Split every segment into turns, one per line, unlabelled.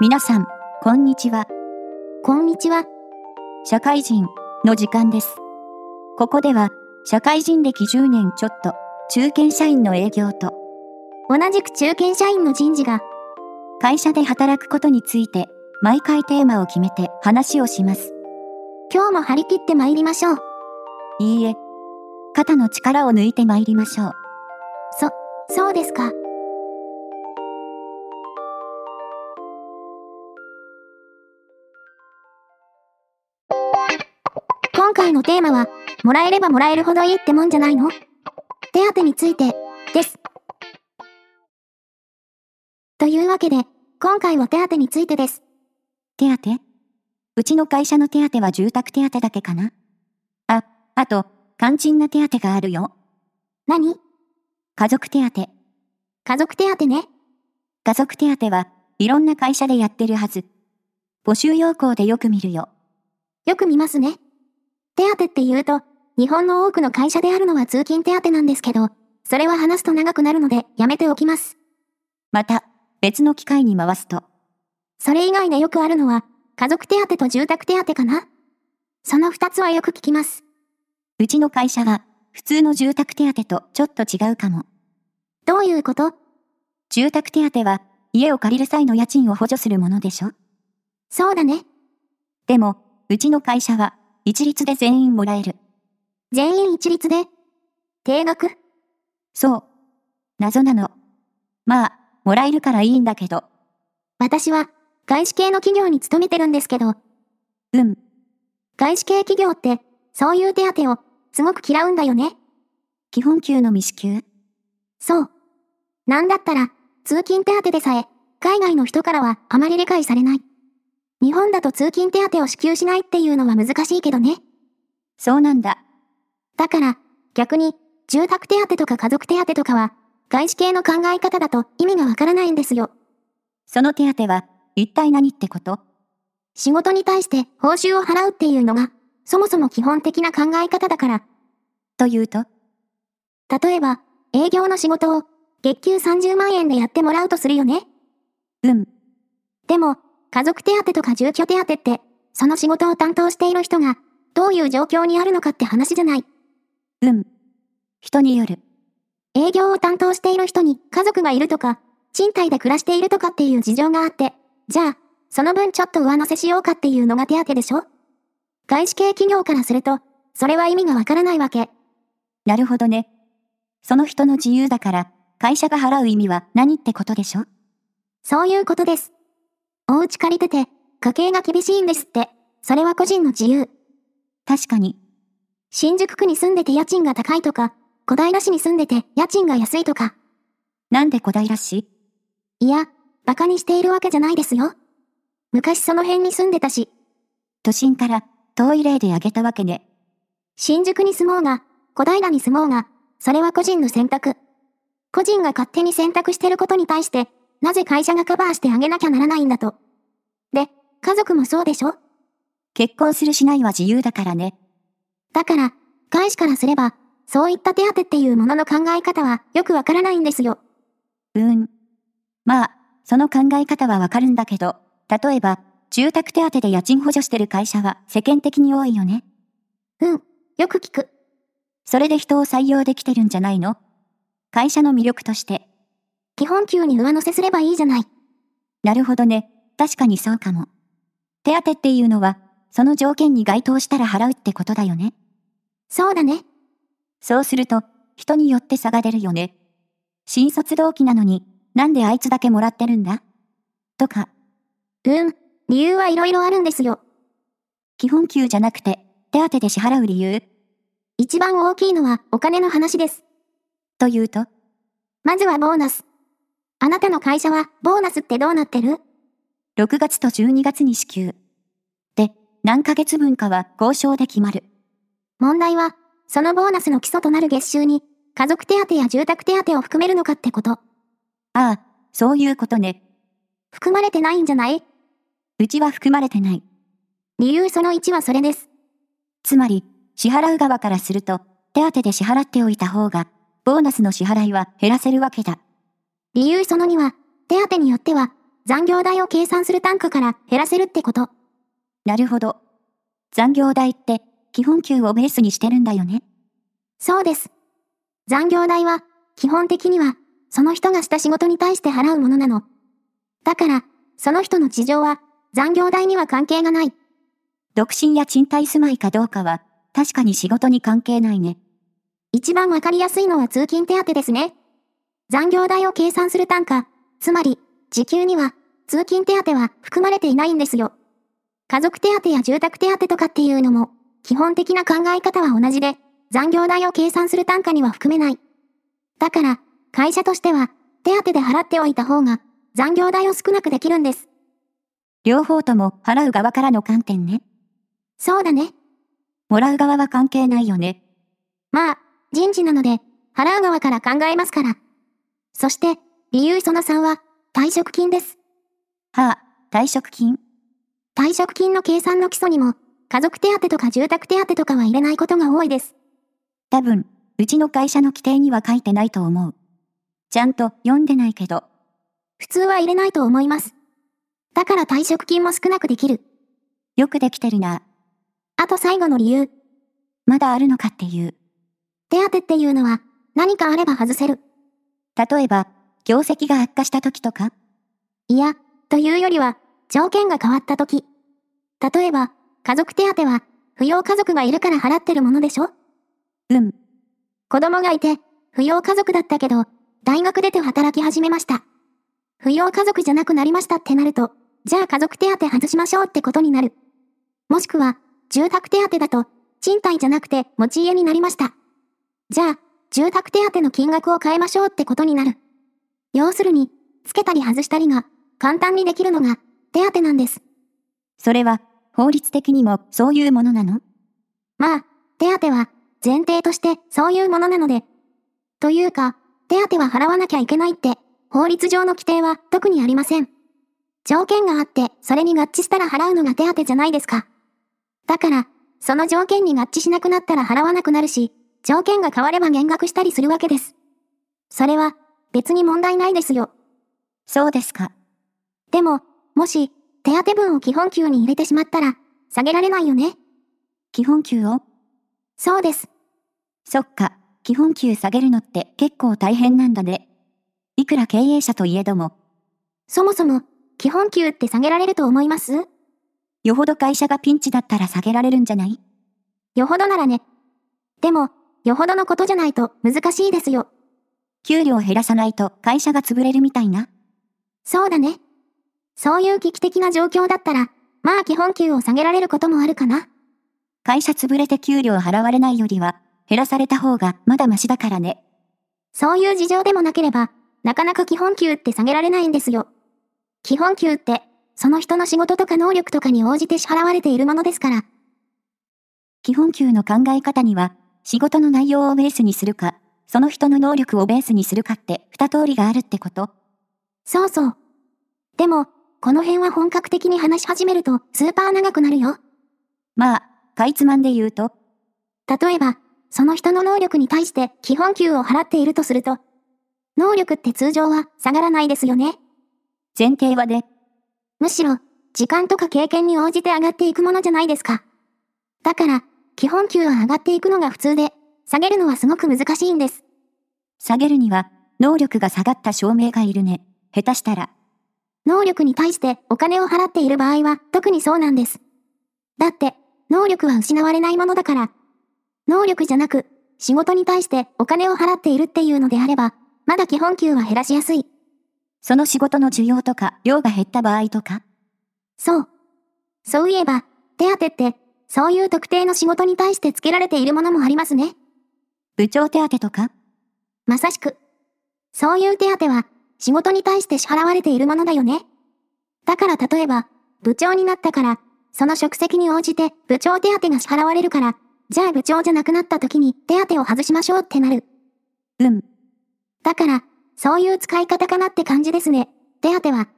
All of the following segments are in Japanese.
皆さん、こんにちは。
こんにちは。
社会人の時間です。ここでは、社会人歴10年ちょっと、中堅社員の営業と、
同じく中堅社員の人事が、
会社で働くことについて、毎回テーマを決めて話をします。
今日も張り切って参りましょう。
いいえ、肩の力を抜いて参りましょう。
そうですか。今回のテーマは、もらえればもらえるほどいいってもんじゃないの手当について、です。というわけで、今回は手当についてです。
手当うちの会社の手当は住宅手当だけかなあ、あと、肝心な手当があるよ。
何
家族手当。
家族手当ね。
家族手当はいろんな会社でやってるはず。募集要項でよく見るよ。
よく見ますね。手当って言うと、日本の多くの会社であるのは通勤手当なんですけど、それは話すと長くなるのでやめておきます。
また、別の機会に回すと。
それ以外でよくあるのは、家族手当と住宅手当かなその二つはよく聞きます。
うちの会社は、普通の住宅手当とちょっと違うかも。
どういうこと
住宅手当は、家を借りる際の家賃を補助するものでしょ
そうだね。
でも、うちの会社は、一律で全員もらえる。
全員一律で。定額
そう。謎なの。まあ、もらえるからいいんだけど。
私は、外資系の企業に勤めてるんですけど、
うん。
外資系企業って、そういう手当を、すごく嫌うんだよね。
基本給の未支給
そう。なんだったら、通勤手当でさえ、海外の人からはあまり理解されない。日本だと通勤手当を支給しないっていうのは難しいけどね。
そうなんだ。
だから、逆に、住宅手当とか家族手当とかは、外資系の考え方だと意味がわからないんですよ。
その手当は、一体何ってこと
仕事に対して報酬を払うっていうのが、そもそも基本的な考え方だから、
というと、
例えば、営業の仕事を、月給30万円でやってもらうとするよね。
うん。
でも、家族手当とか住居手当って、その仕事を担当している人が、どういう状況にあるのかって話じゃない。
うん。人による。
営業を担当している人に家族がいるとか、賃貸で暮らしているとかっていう事情があって、じゃあ、その分ちょっと上乗せしようかっていうのが手当でしょ外資系企業からすると、それは意味がわからないわけ。
なるほどね。その人の自由だから、会社が払う意味は何ってことでしょ
そういうことです。お家借りてて、家計が厳しいんですって、それは個人の自由。
確かに。
新宿区に住んでて家賃が高いとか、小平市に住んでて家賃が安いとか、
なんで小平市
いや、馬鹿にしているわけじゃないですよ。昔その辺に住んでたし、
都心から遠い例で挙げたわけね。
新宿に住もうが、小平に住もうが、それは個人の選択。個人が勝手に選択してることに対して、なぜ会社がカバーしてあげなきゃならないんだと。で、家族もそうでしょ
結婚するしないは自由だからね。
だから、外資からすれば、そういった手当っていうものの考え方はよくわからないんですよ。
うーん。まあ、その考え方はわかるんだけど、例えば、住宅手当で家賃補助してる会社は世間的に多いよね。
うん、よく聞く。
それで人を採用できてるんじゃないの会社の魅力として。
基本給に上乗せすればいいじゃない。
なるほどね。確かにそうかも。手当っていうのは、その条件に該当したら払うってことだよね。
そうだね。
そうすると、人によって差が出るよね。新卒同期なのに、なんであいつだけもらってるんだとか、
うん、理由はいろいろあるんですよ。
基本給じゃなくて、手当で支払う理由
一番大きいのはお金の話です。
というと、
まずはボーナス。あなたの会社はボーナスってどうなってる
6月と12月に支給。で、何ヶ月分かは交渉で決まる。
問題は、そのボーナスの基礎となる月収に、家族手当や住宅手当を含めるのかってこと。
ああ、そういうことね。
含まれてないんじゃないう
ちは含まれてない。
理由その1はそれです。
つまり、支払う側からすると、手当で支払っておいた方が、ボーナスの支払いは減らせるわけだ。
理由その2は、手当によっては、残業代を計算する単価から減らせるってこと。
なるほど。残業代って、基本給をベースにしてるんだよね。
そうです。残業代は、基本的には、その人がした仕事に対して払うものなの。だから、その人の事情は、残業代には関係がない。
独身や賃貸住まいかどうかは、確かに仕事に関係ないね。
一番わかりやすいのは通勤手当ですね。残業代を計算する単価、つまり、時給には、通勤手当は含まれていないんですよ。家族手当や住宅手当とかっていうのも、基本的な考え方は同じで、残業代を計算する単価には含めない。だから、会社としては、手当で払っておいた方が、残業代を少なくできるんです。
両方とも払う側からの観点ね。
そうだね。
もらう側は関係ないよね。
まあ、人事なので、払う側から考えますから。そして、理由その3は、退職金です。
はあ、退職金。
退職金の計算の基礎にも、家族手当とか住宅手当とかは入れないことが多いです。
多分、うちの会社の規定には書いてないと思う。ちゃんと読んでないけど、
普通は入れないと思います。だから退職金も少なくできる。
よくできてるな。
あと最後の理由、
まだあるのかっていう。
手当っていうのは、何かあれば外せる。
例えば、業績が悪化した時とか、
いや、というよりは、条件が変わった時。例えば、家族手当は、扶養家族がいるから払ってるものでしょ
うん、
子供がいて、扶養家族だったけど、大学出て働き始めました。扶養家族じゃなくなりましたってなると、じゃあ家族手当外しましょうってことになる。もしくは、住宅手当だと、賃貸じゃなくて持ち家になりました。じゃあ、住宅手当の金額を変えましょうってことになる。要するに、つけたり外したりが、簡単にできるのが、手当なんです。
それは、法律的にもそういうものなの
まあ、手当は前提としてそういうものなので。というか、手当は払わなきゃいけないって、法律上の規定は特にありません。条件があって、それに合致したら払うのが手当じゃないですか。だから、その条件に合致しなくなったら払わなくなるし、条件が変われば減額したりするわけです。それは、別に問題ないですよ。
そうですか。
でも、もし、手当分を基本給に入れてしまったら、下げられないよね。
基本給を
そうです。
そっか、基本給下げるのって結構大変なんだね。いくら経営者といえども、
そもそも、基本給って下げられると思います
よほど会社がピンチだったら下げられるんじゃない
よほどならね。でも、よほどのことじゃないと難しいですよ。
給料減らさないと会社が潰れるみたいな。
そうだね。そういう危機的な状況だったら、まあ基本給を下げられることもあるかな。
会社潰れて給料払われないよりは、減らされた方がまだマシだからね。
そういう事情でもなければ、なかなか基本給って下げられないんですよ。基本給って、その人の仕事とか能力とかに応じて支払われているものですから、
基本給の考え方には、仕事の内容をベースにするか、その人の能力をベースにするかって二通りがあるってこと。
そうそう。でも、この辺は本格的に話し始めると、スーパー長くなるよ。
まあ、かいつまんで言うと、
例えば、その人の能力に対して基本給を払っているとすると、能力って通常は下がらないですよね。
前提はね、
むしろ、時間とか経験に応じて上がっていくものじゃないですか。だから、基本給は上がっていくのが普通で、下げるのはすごく難しいんです。
下げるには、能力が下がった証明がいるね。下手したら、
能力に対してお金を払っている場合は特にそうなんです。だって、能力は失われないものだから。能力じゃなく、仕事に対してお金を払っているっていうのであれば、まだ基本給は減らしやすい。
その仕事の需要とか、量が減った場合とか、
そう。そういえば、手当って、そういう特定の仕事に対して付けられているものもありますね。
部長手当とか、
まさしく。そういう手当は、仕事に対して支払われているものだよね。だから例えば、部長になったから、その職責に応じて部長手当が支払われるから、じゃあ部長じゃなくなった時に手当を外しましょうってなる。
うん、
だから、そういう使い方かなって感じですね。手当は、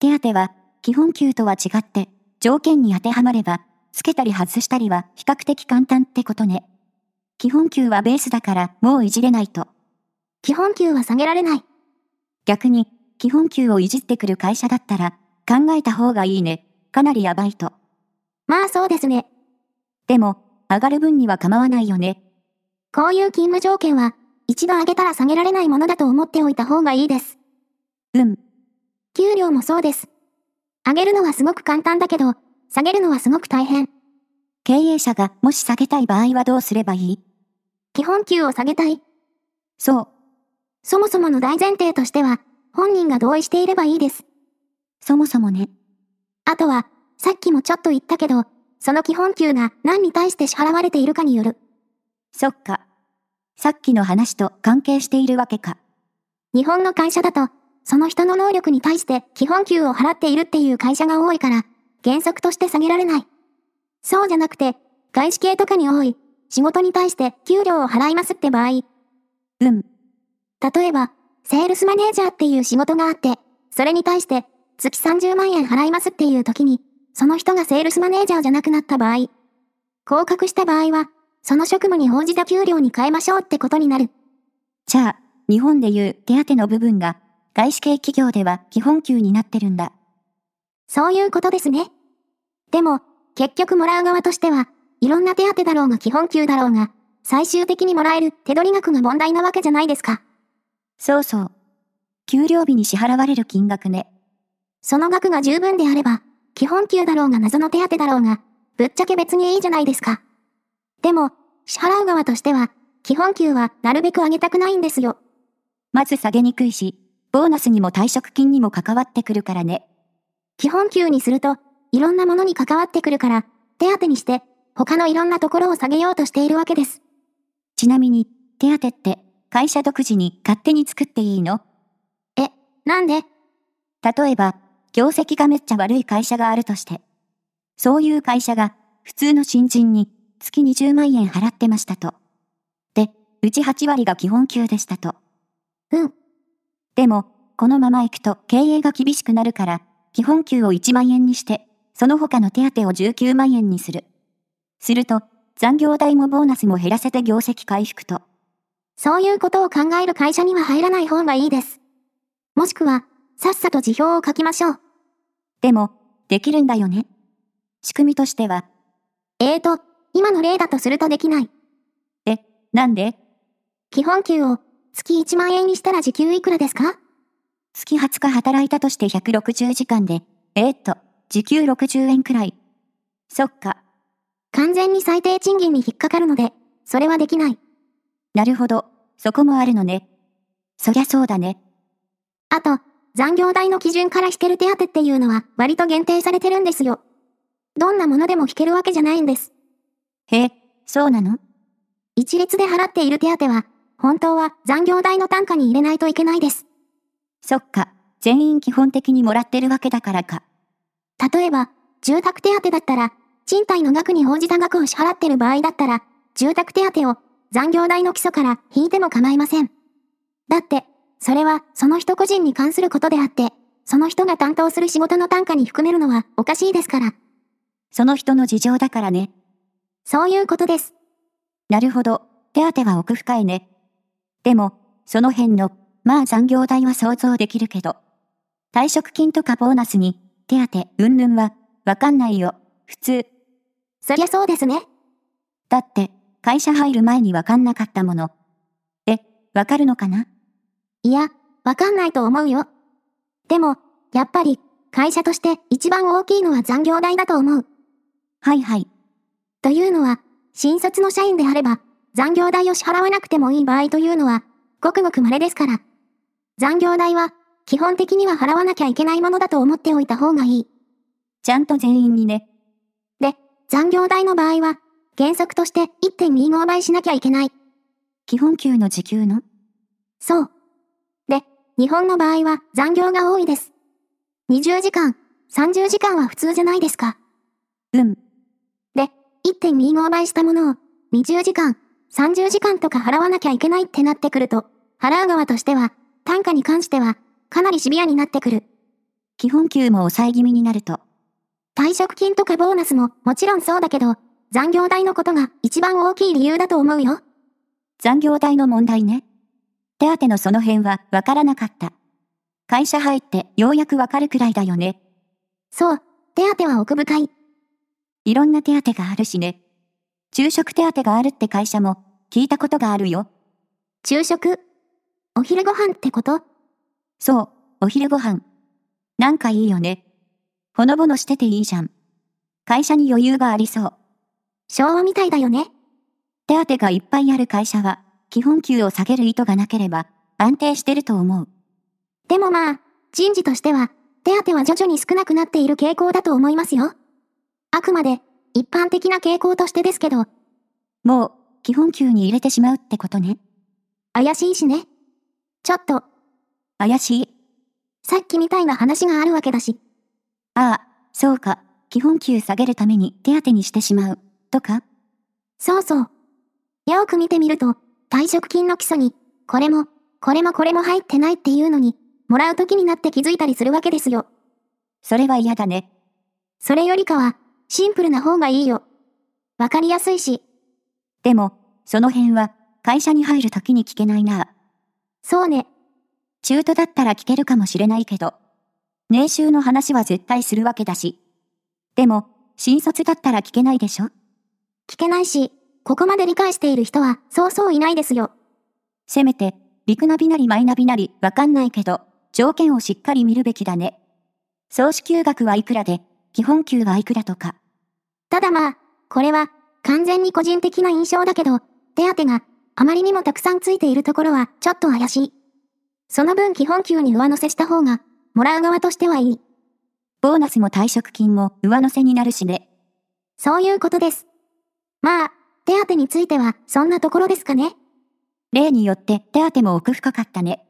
手当は、基本給とは違って、条件に当てはまれば、つけたり外したりは比較的簡単ってことね。基本給はベースだから、もういじれないと。
基本給は下げられない。
逆に、基本給をいじってくる会社だったら、考えた方がいいね。かなりやばいと。
まあそうですね。
でも、上がる分には構わないよね。
こういう勤務条件は、一度上げたら下げられないものだと思っておいた方がいいです。
うん。
給料もそうです。上げるのはすごく簡単だけど、下げるのはすごく大変。
経営者がもし下げたい場合はどうすればいい
基本給を下げたい。
そう、
そもそもの大前提としては、本人が同意していればいいです。
そもそもね。
あとは、さっきもちょっと言ったけど、その基本給が何に対して支払われているかによる。
そっか。さっきの話と関係しているわけか。
日本の会社だと、その人の能力に対して基本給を払っているっていう会社が多いから、原則として下げられない。そうじゃなくて、外資系とかに多い、仕事に対して給料を払いますって場合、
うん、
例えば、セールスマネージャーっていう仕事があって、それに対して、月30万円払いますっていう時に、その人がセールスマネージャーじゃなくなった場合、降格した場合は、その職務に応じた給料に変えましょうってことになる。
じゃあ、日本でいう手当の部分が、外資系企業では基本給になってるんだ。
そういうことですね。でも、結局もらう側としては、いろんな手当だろうが基本給だろうが、最終的にもらえる手取り額が問題なわけじゃないですか。
そうそう。給料日に支払われる金額ね。
その額が十分であれば、基本給だろうが謎の手当だろうが、ぶっちゃけ別にいいじゃないですか。でも、支払う側としては、基本給はなるべく上げたくないんですよ。
まず下げにくいし、ボーナスにも退職金にも関わってくるからね。
基本給にすると、いろんなものに関わってくるから、手当にして、他のいろんなところを下げようとしているわけです。
ちなみに、手当って会社独自に勝手に作っていいの
なんで、
例えば、業績がめっちゃ悪い会社があるとして。そういう会社が、普通の新人に月20万円払ってましたと。で、うち8割が基本給でしたと。
うん。
でも、このまま行くと経営が厳しくなるから、基本給を1万円にして、その他の手当を19万円にする。すると、残業代もボーナスも減らせて業績回復と。
そういうことを考える会社には入らない方がいいです。もしくは、さっさと辞表を書きましょう。
でも、できるんだよね。仕組みとしては、
えーと、今の例だとするとできない。
なんで
基本給を月1万円にしたら時給いくらですか
月20日働いたとして160時間で、えー、っと、時給60円くらい。そっか、
完全に最低賃金に引っかかるので、それはできない。
なるほど、そこもあるのね。そりゃそうだね。
あと、残業代の基準から引ける手当っていうのは割と限定されてるんですよ。どんなものでも引けるわけじゃないんです。
へえ、そうなの
一律で払っている手当は、本当は残業代の単価に入れないといけないです。
そっか、全員基本的にもらってるわけだからか。
例えば、住宅手当だったら、賃貸の額に応じた額を支払ってる場合だったら、住宅手当を残業代の基礎から引いても構いません。だって、それはその人個人に関することであって、その人が担当する仕事の単価に含めるのはおかしいですから、
その人の事情だからね。
そういうことです。
なるほど、手当は奥深いね。でも、その辺の、まあ残業代は想像できるけど。退職金とかボーナスに、手当、うんぬんは、わかんないよ、普通。
そりゃそうですね。
だって、会社入る前にわかんなかったもの。え、わかるのかない
や、わかんないと思うよ。でも、やっぱり、会社として一番大きいのは残業代だと思う。
はいはい。
というのは、新卒の社員であれば、残業代を支払わなくてもいい場合というのは、ごくごく稀ですから。残業代は、基本的には払わなきゃいけないものだと思っておいた方がいい。
ちゃんと全員にね。
残業代の場合は、原則として1.25倍しなきゃいけない。
基本給の時給の
そう。で、日本の場合は残業が多いです。20時間、30時間は普通じゃないですか。
うん。
1.25倍したものを20時間、30時間とか払わなきゃいけないってなってくると、払う側としては、単価に関しては、かなりシビアになってくる。
基本給も抑え気味になると。
退職金とかボーナスももちろんそうだけど、残業代のことが一番大きい理由だと思うよ。
残業代の問題ね。手当のその辺はわからなかった。会社入ってようやくわかるくらいだよね。
そう、手当は奥深い。
いろんな手当があるしね。昼食手当があるって会社も聞いたことがあるよ。
昼食。お昼ご飯ってこと
そう、お昼ご飯。なんかいいよね。ほのぼのしてていいじゃん。会社に余裕がありそう。
昭和みたいだよね。
手当がいっぱいある会社は、基本給を下げる意図がなければ、安定してると思う。
でもまあ、人事としては、手当は徐々に少なくなっている傾向だと思いますよ。あくまで、一般的な傾向としてですけど、
もう、基本給に入れてしまうってことね。
怪しいしね。ちょっと、
怪しい。
さっきみたいな話があるわけだし、
ああ、そうか。基本給下げるために手当にしてしまう。とか
そうそう。よーく見てみると、退職金の基礎に、これも、これもこれも入ってないっていうのに、もらう時になって気づいたりするわけですよ。
それは嫌だね。
それよりかは、シンプルな方がいいよ。わかりやすいし、
でも、その辺は、会社に入る時に聞けないな。
そうね、
中途だったら聞けるかもしれないけど。年収の話は絶対するわけだし。でも、新卒だったら聞けないでしょ
聞けないし、ここまで理解している人は、そうそういないですよ。
せめて、陸ナビなりマイナビなりわかんないけど、条件をしっかり見るべきだね。総支給額はいくらで、基本給はいくらとか。
ただまあ、これは、完全に個人的な印象だけど、手当があまりにもたくさんついているところは、ちょっと怪しい。その分基本給に上乗せした方が、もらう側としてはいい。
ボーナスも退職金も上乗せになるしね。
そういうことです。まあ、手当については、そんなところですかね。
例によって手当も奥深かったね。